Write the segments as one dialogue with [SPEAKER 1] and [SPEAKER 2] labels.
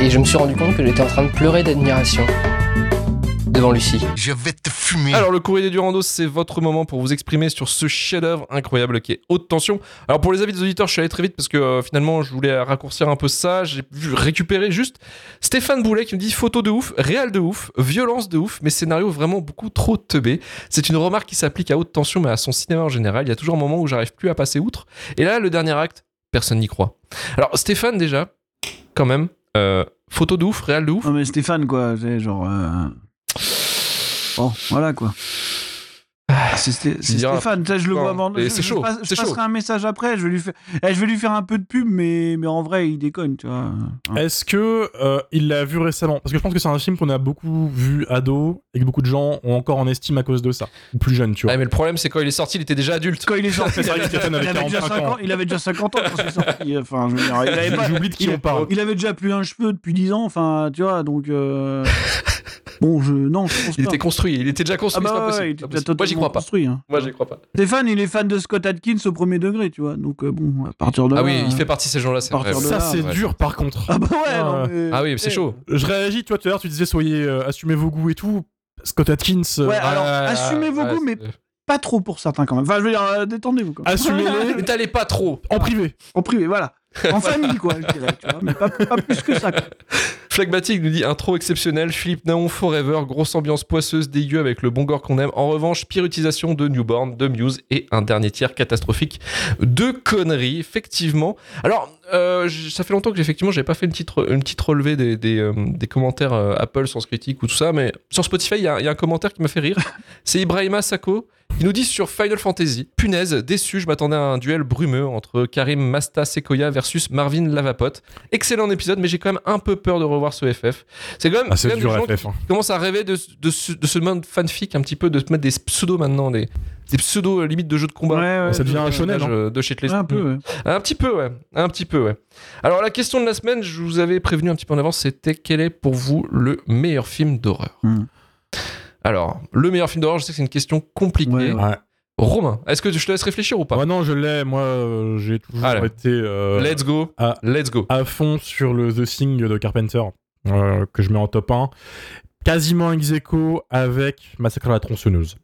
[SPEAKER 1] Et je me suis rendu compte que j'étais en train de pleurer d'admiration devant Lucie.
[SPEAKER 2] Je vais te fumer.
[SPEAKER 3] Alors, le courrier des Durandos, c'est votre moment pour vous exprimer sur ce chef-d'œuvre incroyable qui est haute tension. Alors, pour les avis des auditeurs, je suis allé très vite parce que euh, finalement, je voulais raccourcir un peu ça. J'ai vu récupérer juste Stéphane Boulet qui me dit photo de ouf, réal de ouf, violence de ouf, mais scénario vraiment beaucoup trop teubé. C'est une remarque qui s'applique à haute tension, mais à son cinéma en général. Il y a toujours un moment où j'arrive plus à passer outre. Et là, le dernier acte, personne n'y croit. Alors, Stéphane, déjà, quand même, euh, photo de ouf, réal de ouf.
[SPEAKER 4] Non mais Stéphane quoi, c'est genre. euh, Bon, voilà quoi. C'est Sté- c'est
[SPEAKER 3] il dira-
[SPEAKER 4] Stéphane, ça, je le vois
[SPEAKER 3] Non,
[SPEAKER 4] avant.
[SPEAKER 3] et
[SPEAKER 4] je-
[SPEAKER 3] c'est
[SPEAKER 4] je
[SPEAKER 3] chaud,
[SPEAKER 4] passe- je
[SPEAKER 3] c'est chaud.
[SPEAKER 4] passerai un message après, je vais lui faire, eh, je vais lui faire un peu de pub, mais, mais en vrai, il déconne, tu vois.
[SPEAKER 5] Est-ce que euh, il l'a vu récemment Parce que je pense que c'est un film qu'on a beaucoup vu ado et que beaucoup de gens ont encore en estime à cause de ça. Ou plus jeune, tu vois.
[SPEAKER 3] Ah, mais le problème, c'est quand il est sorti, il était déjà adulte.
[SPEAKER 4] Quand il est sorti,
[SPEAKER 5] C'est
[SPEAKER 4] il
[SPEAKER 5] vrai que
[SPEAKER 4] avait,
[SPEAKER 5] Stéphane avait
[SPEAKER 4] il avait déjà
[SPEAKER 5] 45
[SPEAKER 4] 50
[SPEAKER 5] ans.
[SPEAKER 4] ans, il avait déjà 50 ans quand c'est sorti. euh, Enfin, je veux dire, il avait pas-
[SPEAKER 5] J'oublie de qui
[SPEAKER 4] il-
[SPEAKER 5] on parle.
[SPEAKER 4] Il avait déjà plus un cheveu depuis 10 ans, enfin, tu vois, donc. euh, Bon, je. Non, je pense
[SPEAKER 3] Il
[SPEAKER 4] pas.
[SPEAKER 3] était construit, il était déjà
[SPEAKER 4] Ah
[SPEAKER 3] construit,
[SPEAKER 4] bah
[SPEAKER 3] c'est
[SPEAKER 4] ouais,
[SPEAKER 3] pas possible,
[SPEAKER 4] il était
[SPEAKER 3] c'est pas possible. Moi, j'y
[SPEAKER 4] totalement
[SPEAKER 3] crois pas.
[SPEAKER 4] construit, hein.
[SPEAKER 3] Moi, j'y crois pas.
[SPEAKER 4] Stéphane, il est fan de Scott Adkins au premier degré, tu vois. Donc euh, bon, à partir de là.
[SPEAKER 3] Ah oui, il
[SPEAKER 4] euh,
[SPEAKER 3] fait partie de ces gens-là, c'est
[SPEAKER 4] partir
[SPEAKER 3] vrai.
[SPEAKER 4] de
[SPEAKER 5] Ça,
[SPEAKER 4] là,
[SPEAKER 5] c'est
[SPEAKER 3] ouais.
[SPEAKER 5] dur par contre.
[SPEAKER 4] Ah bah ouais,
[SPEAKER 5] Ah
[SPEAKER 4] non,
[SPEAKER 5] ouais.
[SPEAKER 4] mais-
[SPEAKER 3] Ah oui, mais c'est
[SPEAKER 4] Eh.
[SPEAKER 3] chaud.
[SPEAKER 5] Je réagis, toi tout à l'heure, tu disais soyez, euh, assumez vos goûts et tout. Scott Atkins, euh,
[SPEAKER 4] Ouais, alors,
[SPEAKER 3] Ah,
[SPEAKER 4] assumez vos
[SPEAKER 3] ouais,
[SPEAKER 4] goûts,
[SPEAKER 3] c'est-
[SPEAKER 4] mais pas trop pour certains quand même. Enfin, je veux dire, euh, détendez-vous quand même.
[SPEAKER 5] assumez-les
[SPEAKER 3] Mais t'allais pas trop.
[SPEAKER 5] en privé.
[SPEAKER 4] En privé, voilà. En famille, quoi, je dirais, tu vois. Mais pas, pas plus que ça. quoi.
[SPEAKER 3] Flagmatic nous dit intro exceptionnel, Philippe Naon Forever, grosse ambiance poisseuse, dégueu avec le bon gore qu'on aime. En revanche, pire utilisation de Newborn, de Muse et un dernier tiers catastrophique de conneries, effectivement. Alors, euh, j- ça fait longtemps que effectivement, j'avais pas fait une petite, re- une petite relevée des, des, euh, des commentaires euh, Apple, Sens Critique ou tout ça, mais sur Spotify, il y, a il y a un commentaire qui m'a fait rire. C'est Ibrahima Sako. qui nous dit sur Final Fantasy, punaise, déçu, je m'attendais à un duel brumeux entre Karim Masta Sequoia versus Marvin Lavapote. Excellent épisode, mais j'ai quand même un peu peur de revoir ce FF. C'est quand même,
[SPEAKER 5] Ah, c'est
[SPEAKER 3] quand même
[SPEAKER 5] dur,
[SPEAKER 3] des gens
[SPEAKER 5] FF. hein.
[SPEAKER 3] qui commencent à rêver de, de, se- de ce monde fanfic un petit peu, de se mettre des pseudos maintenant, des, des pseudos euh, limite de jeux de combat.
[SPEAKER 4] Ouais, ouais,
[SPEAKER 5] Ça devient
[SPEAKER 3] Euh,
[SPEAKER 5] un shonen. hein.
[SPEAKER 3] euh, De shitlist.
[SPEAKER 4] un peu. ouais.
[SPEAKER 3] Un petit peu, ouais. Un petit peu, ouais. Alors, la question de la semaine, je vous avais prévenu un petit peu en avance, c'était quel est pour vous le meilleur film d'horreur
[SPEAKER 4] Hmm.
[SPEAKER 3] Alors, le meilleur film d'horreur, je sais que c'est une question compliquée.
[SPEAKER 4] Ouais, ouais.
[SPEAKER 5] Ouais.
[SPEAKER 3] Romain, est-ce que je te laisse réfléchir ou pas
[SPEAKER 5] Moi, non, je l'ai. Moi, euh, j'ai toujours
[SPEAKER 3] Allez.
[SPEAKER 5] été euh,
[SPEAKER 3] Let's go.
[SPEAKER 5] Ah.
[SPEAKER 3] Let's go.
[SPEAKER 5] à fond sur le The Thing de Carpenter, euh, que je mets en top 1. Quasiment ex aequo avec Massacre à la tronçonneuse.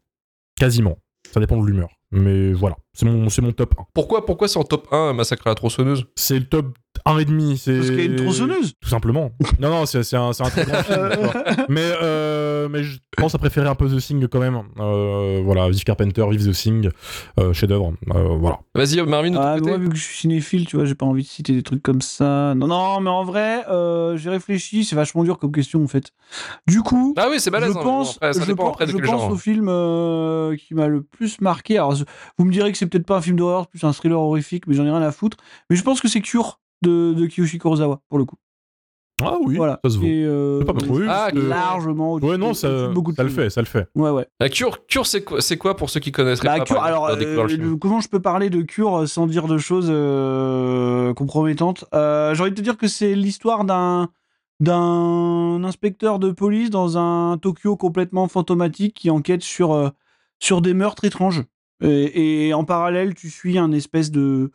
[SPEAKER 5] Quasiment. Ça dépend de l'humeur. Mais voilà, c'est mon, c'est mon top 1.
[SPEAKER 3] Pourquoi, pourquoi c'est en top 1 Massacre à la tronçonneuse
[SPEAKER 5] C'est le top 1,5. C'est...
[SPEAKER 4] Parce qu'il y a une tronçonneuse.
[SPEAKER 5] Tout simplement. non, non, c'est, c'est un, c'est un très grand film. tu vois. Mais, euh, mais je pense à préférer un peu The Thing quand même. Euh, voilà, vive Carpenter, vive The Thing. euh, chef-d'œuvre. Euh, voilà.
[SPEAKER 3] Vas-y, Marvin, de ton
[SPEAKER 4] Ah, mais
[SPEAKER 3] côté.
[SPEAKER 4] moi, vu que je suis cinéphile, tu vois, j'ai pas envie de citer des trucs comme ça. Non, non, mais en vrai, euh, j'ai réfléchi, c'est vachement dur comme question en fait. Du coup,
[SPEAKER 3] Ah oui, c'est balèze.
[SPEAKER 4] je
[SPEAKER 3] hein,
[SPEAKER 4] pense,
[SPEAKER 3] mais bon, après, ça
[SPEAKER 4] je
[SPEAKER 3] dépend
[SPEAKER 4] pense-
[SPEAKER 3] après de
[SPEAKER 4] je
[SPEAKER 3] quel
[SPEAKER 4] pense
[SPEAKER 3] genre. hein.
[SPEAKER 4] au film euh, qui m'a le plus marqué. Alors, je- vous me direz que c'est peut-être pas un film d'horreur, c'est plus un thriller horrifique, mais j'en ai rien à foutre. Mais je pense que c'est Cure de, de Kiyoshi Kurosawa pour le coup.
[SPEAKER 5] Ah oui,
[SPEAKER 4] voilà.
[SPEAKER 5] ça se vaut.
[SPEAKER 4] Et, euh,
[SPEAKER 5] C'est pas mal. Oui,
[SPEAKER 3] Ah,
[SPEAKER 4] c'est
[SPEAKER 3] que-
[SPEAKER 4] largement. au-dessus
[SPEAKER 5] Ouais, non,
[SPEAKER 4] de-
[SPEAKER 5] ça,
[SPEAKER 4] au-dessus de beaucoup de
[SPEAKER 5] ça le
[SPEAKER 4] films.
[SPEAKER 5] fait, ça le fait.
[SPEAKER 4] Ouais, ouais.
[SPEAKER 3] La cure, cure c'est quoi, c'est quoi pour ceux qui connaîtraient
[SPEAKER 4] Bah,
[SPEAKER 3] pas
[SPEAKER 4] Cure,
[SPEAKER 3] par exemple,
[SPEAKER 4] alors,
[SPEAKER 3] pour découvrir le
[SPEAKER 4] euh,
[SPEAKER 3] film
[SPEAKER 4] comment je peux parler de Cure sans dire de choses euh, compromettantes Euh, J'ai envie de te dire que c'est l'histoire d'un d'un inspecteur de police dans un Tokyo complètement fantomatique qui enquête sur, euh, sur des meurtres étranges. Et, et en parallèle, tu suis un espèce de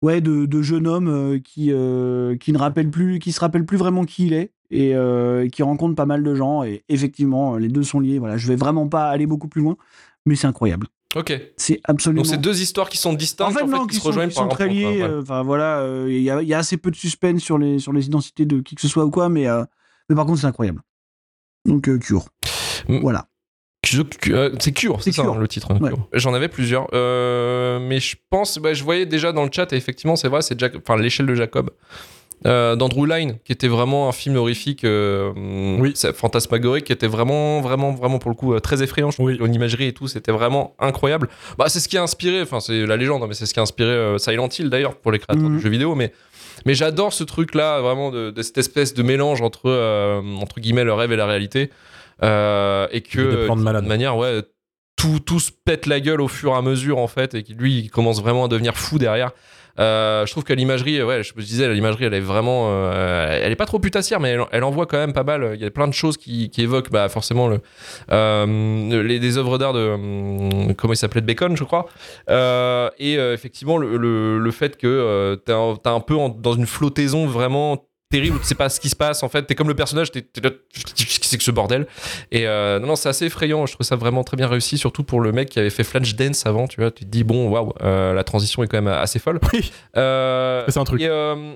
[SPEAKER 4] ouais de, de jeune homme euh, qui euh, qui ne rappelle plus, qui se rappelle plus vraiment qui il est et euh, qui rencontre pas mal de gens. Et effectivement, les deux sont liés. Voilà, je vais vraiment pas aller beaucoup plus loin, mais c'est incroyable.
[SPEAKER 3] Ok.
[SPEAKER 4] C'est absolument.
[SPEAKER 3] Donc, c'est deux histoires qui sont distinctes,
[SPEAKER 4] en fait, non,
[SPEAKER 3] qui,
[SPEAKER 4] qui,
[SPEAKER 3] se
[SPEAKER 4] sont,
[SPEAKER 3] rejoignent
[SPEAKER 4] qui sont
[SPEAKER 3] par un
[SPEAKER 4] très
[SPEAKER 3] point commun,
[SPEAKER 4] liés.
[SPEAKER 3] ouais.
[SPEAKER 4] euh, Enfin, voilà, euh, il y, a- il y a assez peu de suspense sur les, sur les identités de qui que ce soit ou quoi, mais, euh, mais par contre, c'est incroyable. Donc, euh, Cure.
[SPEAKER 3] Mm.
[SPEAKER 4] Voilà.
[SPEAKER 3] Cu- cu- euh, C'est Cure, c'est
[SPEAKER 4] C'est
[SPEAKER 3] ça
[SPEAKER 4] Cure.
[SPEAKER 3] hein, le titre. hein,
[SPEAKER 4] Ouais.
[SPEAKER 3] Cure. J'en avais plusieurs, euh, mais je pense, bah, je voyais déjà dans le chat, et effectivement, c'est vrai, c'est Jac- enfin l'échelle de Jacob. Euh, d'Andrew Line, qui était vraiment un film horrifique, euh,
[SPEAKER 5] Oui.
[SPEAKER 3] c'est fantasmagorique, qui était vraiment, vraiment, vraiment pour le coup euh, très effrayant. Je trouve
[SPEAKER 5] Oui.
[SPEAKER 3] qu'en imagerie et tout, c'était vraiment incroyable. Bah, c'est ce qui a inspiré, enfin c'est la légende, hein, mais c'est ce qui a inspiré euh, Silent Hill d'ailleurs pour les créateurs
[SPEAKER 4] Mhm.
[SPEAKER 3] du jeu vidéo. Mais Mais j'adore ce truc-là, vraiment, de, de cette espèce de mélange entre, euh, entre guillemets, le rêve et la réalité. Euh, et que,
[SPEAKER 5] Il y a des plans de
[SPEAKER 3] euh,
[SPEAKER 5] malade.
[SPEAKER 3] manière, ouais, tout, tout se pète la gueule au fur et à mesure, en fait, et que lui, il commence vraiment à devenir fou derrière. Euh, je trouve que l'imagerie, ouais, je me disais, l'imagerie, elle est vraiment. euh, elle est pas trop putassière, mais elle, elle envoie quand même pas mal. Il y a plein de choses qui, qui évoquent, bah, forcément, le, euh, les, des œuvres d'art de. hum, comment il s'appelait De Bacon, je crois. Euh, et euh, effectivement, le, le, le fait que euh, t'es un, t'es un peu en- dans une flottaison vraiment terrible, où tu sais pas ce qui se passe en fait, t'es comme le personnage, t'es t'es là, qu'est-ce que c'est que ce bordel Et euh, non, non, c'est assez effrayant, je trouve ça vraiment très bien réussi, surtout pour le mec qui avait fait Flashdance avant, tu vois, tu te dis, bon, waouh, euh, la transition est quand même assez folle.
[SPEAKER 5] Oui,
[SPEAKER 3] Euh,
[SPEAKER 5] c'est un truc.
[SPEAKER 3] et, euh,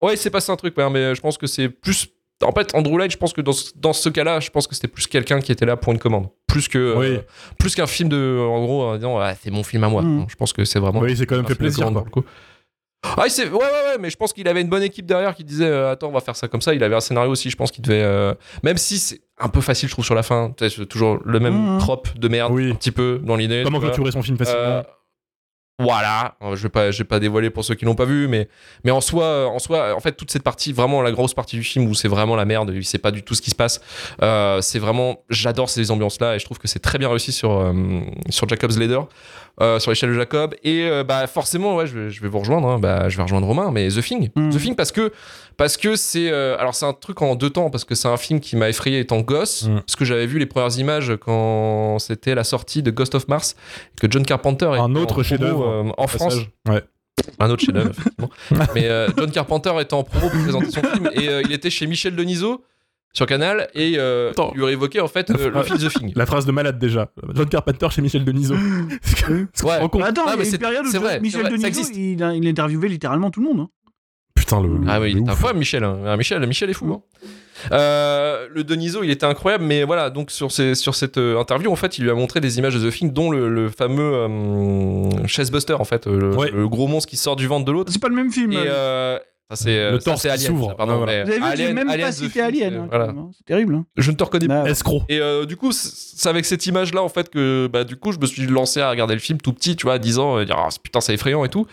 [SPEAKER 3] ouais, c'est passé un truc, ouais, mais je pense que c'est plus. En fait, Andrew Light, je pense que dans ce, dans ce cas-là, je pense que c'était plus quelqu'un qui était là pour une commande. Plus que euh,
[SPEAKER 5] Oui.
[SPEAKER 3] plus qu'un film de. En gros, en disant, Ah, c'est mon film à moi.
[SPEAKER 4] Mm.
[SPEAKER 3] Non, Je pense que c'est vraiment.
[SPEAKER 5] Oui, c'est quand même fait plaisir. quoi.
[SPEAKER 3] Ah, il s'est- ouais, ouais, ouais, mais je pense qu'il avait une bonne équipe derrière qui disait euh, Attends, on va faire ça comme ça. Il avait un scénario aussi, je pense qu'il devait. euh, Même si c'est un peu facile, je trouve, sur la fin. Tu sais, c'est toujours le même
[SPEAKER 4] Mhm.
[SPEAKER 3] trope de merde,
[SPEAKER 5] Oui.
[SPEAKER 3] un petit peu, dans l'idée.
[SPEAKER 5] Comment
[SPEAKER 3] tu vois.
[SPEAKER 5] clôturer son film facilement
[SPEAKER 3] Euh, voilà, Euh, je vais pas, je vais pas dévoiler pour ceux qui l'ont pas vu, mais mais en soi, euh, en soi, euh, en fait, toute cette partie, vraiment la grosse partie du film où c'est vraiment la merde, il sait pas du tout ce qui se passe. euh, c'est vraiment, j'adore ces ambiances là et je trouve que c'est très bien réussi sur euh, sur Jacob's Ladder, euh, sur l'échelle de Jacob et euh, bah forcément, ouais, je vais, je vais vous rejoindre, hein. bah je vais rejoindre Romain, mais The Thing,
[SPEAKER 5] Mm.
[SPEAKER 4] Mhm.
[SPEAKER 3] The Thing parce que parce que c'est euh, alors c'est un truc en deux temps parce que c'est un film qui m'a effrayé étant gosse
[SPEAKER 5] Mm.
[SPEAKER 3] parce que j'avais vu les premières images quand c'était la sortie de Ghost of Mars que John Carpenter était
[SPEAKER 5] Un
[SPEAKER 3] en
[SPEAKER 5] autre
[SPEAKER 3] promo, euh,
[SPEAKER 5] chef-d'œuvre,
[SPEAKER 3] en France
[SPEAKER 5] Passage. Ouais.
[SPEAKER 3] un autre chef-d'œuvre effectivement mais euh, John Carpenter était en promo pour présenter son film et euh, il était chez Michel Denisot sur Canal et euh,
[SPEAKER 5] Attends. Ah,
[SPEAKER 3] il lui révoquait en fait euh, le film The Thing
[SPEAKER 5] La phrase de malade déjà. John Carpenter chez Michel Denisot. Est-ce que- est-ce qu'on
[SPEAKER 3] Ouais.
[SPEAKER 5] se rend compte
[SPEAKER 4] Bah, Attends,
[SPEAKER 3] Ah,
[SPEAKER 4] il y
[SPEAKER 3] mais
[SPEAKER 4] a
[SPEAKER 3] c'est-
[SPEAKER 4] une période où
[SPEAKER 3] c'est
[SPEAKER 4] John-
[SPEAKER 3] vrai,
[SPEAKER 4] Michel
[SPEAKER 3] c'est vrai, ça
[SPEAKER 4] Denisot,
[SPEAKER 3] existe.
[SPEAKER 4] il, a- il interviewait littéralement tout le monde. hein.
[SPEAKER 5] Putain, le.
[SPEAKER 3] Ah oui, il
[SPEAKER 5] le
[SPEAKER 3] est
[SPEAKER 5] ouf.
[SPEAKER 3] incroyable, Michel. hein. Ah, Michel, Michel est fou. hein. Euh, le Deniso, il était incroyable, mais voilà, donc sur, ces- sur cette euh, interview, en fait, il lui a montré des images de The Thing, dont le, le fameux euh, Chestbuster, en fait, euh, le,
[SPEAKER 5] Ouais.
[SPEAKER 3] le gros monstre qui sort du ventre de l'autre.
[SPEAKER 4] C'est pas le même film.
[SPEAKER 3] Et
[SPEAKER 4] euh,
[SPEAKER 3] euh, ça, c'est euh,
[SPEAKER 5] Le
[SPEAKER 3] ça,
[SPEAKER 5] torse
[SPEAKER 3] c'est
[SPEAKER 5] qui
[SPEAKER 3] Alien,
[SPEAKER 5] s'ouvre.
[SPEAKER 3] ça, pardon,
[SPEAKER 5] Ouais,
[SPEAKER 3] mais
[SPEAKER 5] voilà.
[SPEAKER 4] Vous avez vu, j'ai
[SPEAKER 3] Alien-
[SPEAKER 4] même
[SPEAKER 3] Alien,
[SPEAKER 4] pas
[SPEAKER 3] The
[SPEAKER 4] cité
[SPEAKER 3] Thing,
[SPEAKER 4] Alien.
[SPEAKER 3] euh,
[SPEAKER 4] hein, quand
[SPEAKER 3] voilà.
[SPEAKER 4] même, hein. C'est terrible. hein.
[SPEAKER 3] Je ne te reconnais
[SPEAKER 4] Bah,
[SPEAKER 5] Escroc.
[SPEAKER 3] et euh, du coup, c- c'est avec cette image-là, en fait, que bah, du coup, je me suis lancé à regarder le film tout petit, tu vois, à 10 ans, et dire, Ah, c'est- putain, c'est effrayant et tout.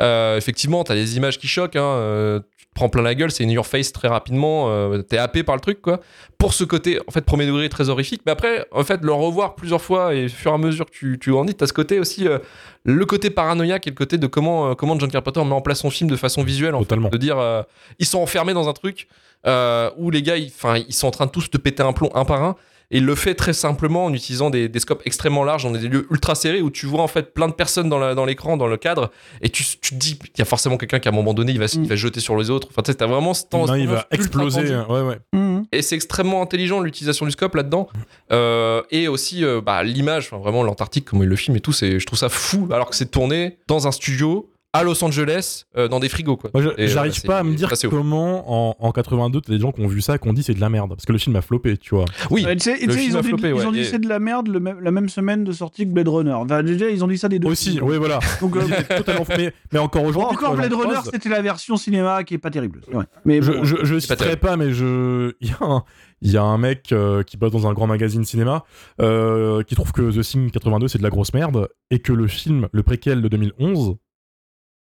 [SPEAKER 3] Euh, effectivement, t'as des images qui choquent, hein, euh, tu te prends plein la gueule, c'est une your face très rapidement, euh, t'es happé par le truc, quoi. Pour ce côté, en fait, premier degré très horrifique, mais après, en fait, le revoir plusieurs fois et au fur et à mesure que tu, tu grandis, t'as ce côté aussi, euh, le côté paranoïaque et le côté de comment, euh, comment John Carpenter met en place son film de façon visuelle, en fait
[SPEAKER 5] Totalement.
[SPEAKER 3] de dire euh, ils sont enfermés dans un truc euh, où les gars ils, 'fin, ils sont en train de tous te péter un plomb un par un et il le fait très simplement en utilisant des, des scopes extrêmement larges dans des lieux ultra serrés où tu vois en fait plein de personnes dans la- dans l'écran dans, le cadre et tu, tu te dis il y a forcément quelqu'un qui à un moment donné il va, se-
[SPEAKER 4] Mm.
[SPEAKER 3] il va se jeter sur les autres enfin tu sais t'as vraiment ce temps
[SPEAKER 5] Non, il va
[SPEAKER 3] ultra
[SPEAKER 5] exploser. hein. euh,
[SPEAKER 3] tendu
[SPEAKER 5] Ouais, ouais.
[SPEAKER 4] Mhm.
[SPEAKER 3] et c'est extrêmement intelligent l'utilisation du scope là-dedans Euh, et aussi euh, bah, l'image enfin, vraiment l'Antarctique comment il le filme et tout c'est je trouve ça fou alors que c'est tourné dans un studio à Los Angeles euh, dans des frigos quoi
[SPEAKER 5] Moi, je-
[SPEAKER 3] Et,
[SPEAKER 5] j'arrive
[SPEAKER 3] euh, c'est-
[SPEAKER 5] pas à me dire
[SPEAKER 3] ça, c'est ouf.
[SPEAKER 5] comment en, en 82 t'as des gens qui ont vu ça qui ont dit c'est de la merde parce que le film a floppé tu vois
[SPEAKER 3] oui
[SPEAKER 4] Ouais, tu sais- tu
[SPEAKER 3] le
[SPEAKER 4] sais,
[SPEAKER 3] film
[SPEAKER 4] ils ont
[SPEAKER 3] a
[SPEAKER 4] dit,
[SPEAKER 3] floppé,
[SPEAKER 4] ils
[SPEAKER 3] ouais,
[SPEAKER 4] ont dit
[SPEAKER 3] et-
[SPEAKER 4] c'est de la merde le même- la même semaine de sortie que Blade Runner. Enfin, déjà, ils ont dit ça des deux.
[SPEAKER 5] aussi
[SPEAKER 4] films.
[SPEAKER 5] oui voilà
[SPEAKER 4] Donc, euh,
[SPEAKER 5] Il est totalement mais, mais encore
[SPEAKER 4] bon,
[SPEAKER 5] aujourd'hui
[SPEAKER 4] encore
[SPEAKER 5] quoi,
[SPEAKER 4] Blade
[SPEAKER 5] j'en
[SPEAKER 4] Runner,
[SPEAKER 5] pose.
[SPEAKER 4] c'était la version cinéma qui est pas terrible. c'est vrai. Mais
[SPEAKER 5] je,
[SPEAKER 4] bon,
[SPEAKER 5] je, je
[SPEAKER 3] C'est pas
[SPEAKER 5] citerai pas, mais je il y, a un- il y a un mec euh, qui bosse dans un grand magazine cinéma euh, qui trouve que The Thing 82 c'est de la grosse merde et que le film le préquel de 2011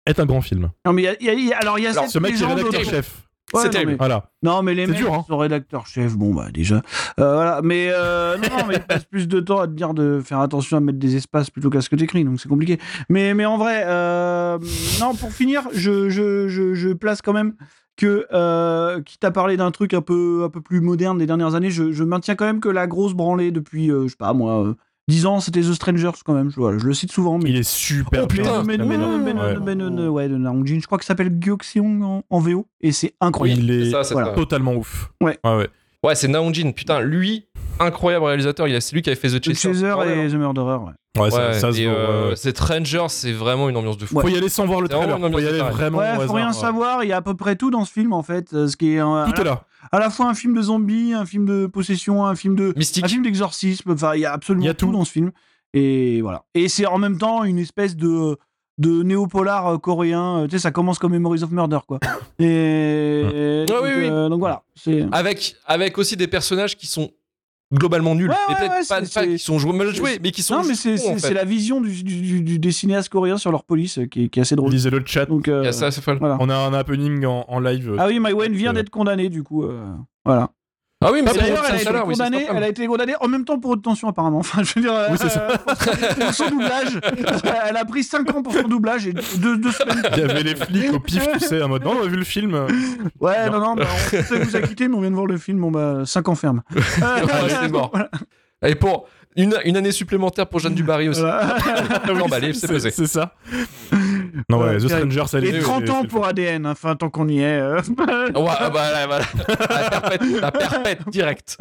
[SPEAKER 5] est un grand film
[SPEAKER 4] non, mais il y a- il y a- il y a- alors il y a
[SPEAKER 3] Alors,
[SPEAKER 4] cette
[SPEAKER 5] ce mec est
[SPEAKER 4] légende
[SPEAKER 5] rédacteur
[SPEAKER 4] autour-
[SPEAKER 5] chef
[SPEAKER 4] Ouais,
[SPEAKER 3] C'est
[SPEAKER 4] non,
[SPEAKER 3] terrible.
[SPEAKER 4] mais-
[SPEAKER 5] voilà
[SPEAKER 4] Non, mais les
[SPEAKER 5] C'est
[SPEAKER 4] mecs
[SPEAKER 5] dur, hein.
[SPEAKER 4] sont rédacteurs chefs, bon bah déjà. Euh, voilà, mais euh, non, non, mais ils passent plus de temps à te dire de faire attention à mettre des espaces plutôt qu'à ce que t'écris, donc c'est compliqué. Mais, mais en vrai, euh, non, pour finir, je, je, je, je place quand même que, euh, quitte à parler d'un truc un peu, un peu plus moderne des dernières années, je, je maintiens quand même que la grosse branlée depuis, euh, je sais pas moi, euh, 10 ans, c'était The Strangers quand même, je, voilà, je le cite souvent, mais
[SPEAKER 5] il est super
[SPEAKER 3] Oh, putain,
[SPEAKER 5] bien,
[SPEAKER 3] mais
[SPEAKER 5] très
[SPEAKER 3] non,
[SPEAKER 5] bien.
[SPEAKER 3] non,
[SPEAKER 5] Ouais.
[SPEAKER 4] ouais. ouais, de Nang Jin, je crois que ça s'appelle Gyeokseong en, en VO, et c'est incroyable.
[SPEAKER 5] il est
[SPEAKER 3] C'est ça, c'est
[SPEAKER 4] voilà.
[SPEAKER 3] ça.
[SPEAKER 5] totalement ouf Ah
[SPEAKER 4] Ouais.
[SPEAKER 5] ouais, ouais.
[SPEAKER 3] Ouais, c'est Naonjin. Putain, lui, incroyable réalisateur. Il a- C'est lui qui avait fait The
[SPEAKER 4] The
[SPEAKER 3] Chaser.
[SPEAKER 4] Chaser
[SPEAKER 3] Oh là là.
[SPEAKER 4] et The Murderer, ouais.
[SPEAKER 5] Ouais, ça,
[SPEAKER 3] Ouais,
[SPEAKER 5] ça se
[SPEAKER 3] et,
[SPEAKER 5] voit, ouais,
[SPEAKER 3] euh,
[SPEAKER 5] ouais.
[SPEAKER 3] Cette Ranger, c'est vraiment une ambiance de fou.
[SPEAKER 4] Ouais.
[SPEAKER 5] Faut y aller sans voir le
[SPEAKER 3] C'est vraiment
[SPEAKER 5] trailer.
[SPEAKER 3] une
[SPEAKER 5] Faut y
[SPEAKER 3] ambiance
[SPEAKER 5] aller
[SPEAKER 3] de
[SPEAKER 5] vraiment.
[SPEAKER 4] Ouais,
[SPEAKER 5] au
[SPEAKER 4] faut
[SPEAKER 5] hasard,
[SPEAKER 4] rien
[SPEAKER 5] ouais.
[SPEAKER 4] savoir, il y a à peu près tout dans ce film en fait, euh, ce qui est euh, à,
[SPEAKER 5] Tout est
[SPEAKER 4] la,
[SPEAKER 5] là.
[SPEAKER 4] à la fois un film de zombies, un film de possession, un film de
[SPEAKER 3] Mystique.
[SPEAKER 4] un film d'exorcisme, enfin il y a absolument
[SPEAKER 5] Il y a
[SPEAKER 4] tout.
[SPEAKER 5] tout.
[SPEAKER 4] dans ce film et voilà. Et c'est en même temps une espèce de de néo-polar euh, coréen, euh, tu sais ça commence comme Memories of Murder quoi. Et, et
[SPEAKER 3] Ah
[SPEAKER 4] donc,
[SPEAKER 3] oui, oui.
[SPEAKER 4] euh, donc voilà, c'est
[SPEAKER 3] Avec, avec aussi des personnages qui sont globalement nuls.
[SPEAKER 4] Ouais,
[SPEAKER 3] Et
[SPEAKER 4] ouais,
[SPEAKER 3] peut-être
[SPEAKER 4] ouais,
[SPEAKER 3] pas,
[SPEAKER 4] c'est-
[SPEAKER 3] pas
[SPEAKER 4] c'est-
[SPEAKER 3] qui sont joués- mal joués, mais qui sont
[SPEAKER 4] Non, mais
[SPEAKER 3] juste
[SPEAKER 4] c'est
[SPEAKER 3] cons, en
[SPEAKER 4] c'est-
[SPEAKER 3] fait.
[SPEAKER 4] c'est la vision du, du, du- du- des cinéastes coréens sur leur police euh, qui, est- qui est assez drôle.
[SPEAKER 5] Lisez le chat.
[SPEAKER 4] Donc, euh,
[SPEAKER 3] Il y a ça, euh, c'est folle.
[SPEAKER 4] voilà.
[SPEAKER 5] On a un happening en, en live.
[SPEAKER 4] Ah oui, My Wen vient d'être condamnée, du coup. euh, Voilà.
[SPEAKER 3] Ah oui, mais
[SPEAKER 4] Et
[SPEAKER 3] c'est la
[SPEAKER 4] D'ailleurs, elle, a
[SPEAKER 3] Sainte
[SPEAKER 4] été
[SPEAKER 3] Chaleur, oui, c'est
[SPEAKER 4] condamnée- elle
[SPEAKER 3] Saint-Flamme.
[SPEAKER 4] a été condamnée en même temps pour haute tension, apparemment. Enfin, je veux dire, euh,
[SPEAKER 5] Oui, c'est ça.
[SPEAKER 4] euh, pour son doublage. elle a pris 5 ans pour son doublage et deux, deux semaines.
[SPEAKER 5] Il y avait les flics au pif, tu sais, en mode non, on a vu le film.
[SPEAKER 4] Ouais,
[SPEAKER 5] Bien.
[SPEAKER 4] non, non, bah, on sait que vous a quitté, mais on vient de voir le film. Bon, bah, 5 ans ferme. Euh,
[SPEAKER 3] ouais, c'est mort. Et pour une, une année supplémentaire pour Jeanne Dubarry aussi.
[SPEAKER 4] voilà.
[SPEAKER 3] Emballé, Bah, c'est posé.
[SPEAKER 5] C'est ça. Non, ouais,
[SPEAKER 4] Ouais,
[SPEAKER 5] The
[SPEAKER 4] terrible.
[SPEAKER 5] Stranger, ça
[SPEAKER 4] Euh, Et
[SPEAKER 5] les-
[SPEAKER 4] 30 ans
[SPEAKER 5] les-
[SPEAKER 4] pour ADN, hein. enfin, tant qu'on y est. euh.
[SPEAKER 3] Ah Ouais, ah bah, là, voilà. La perpète, la perpète direct.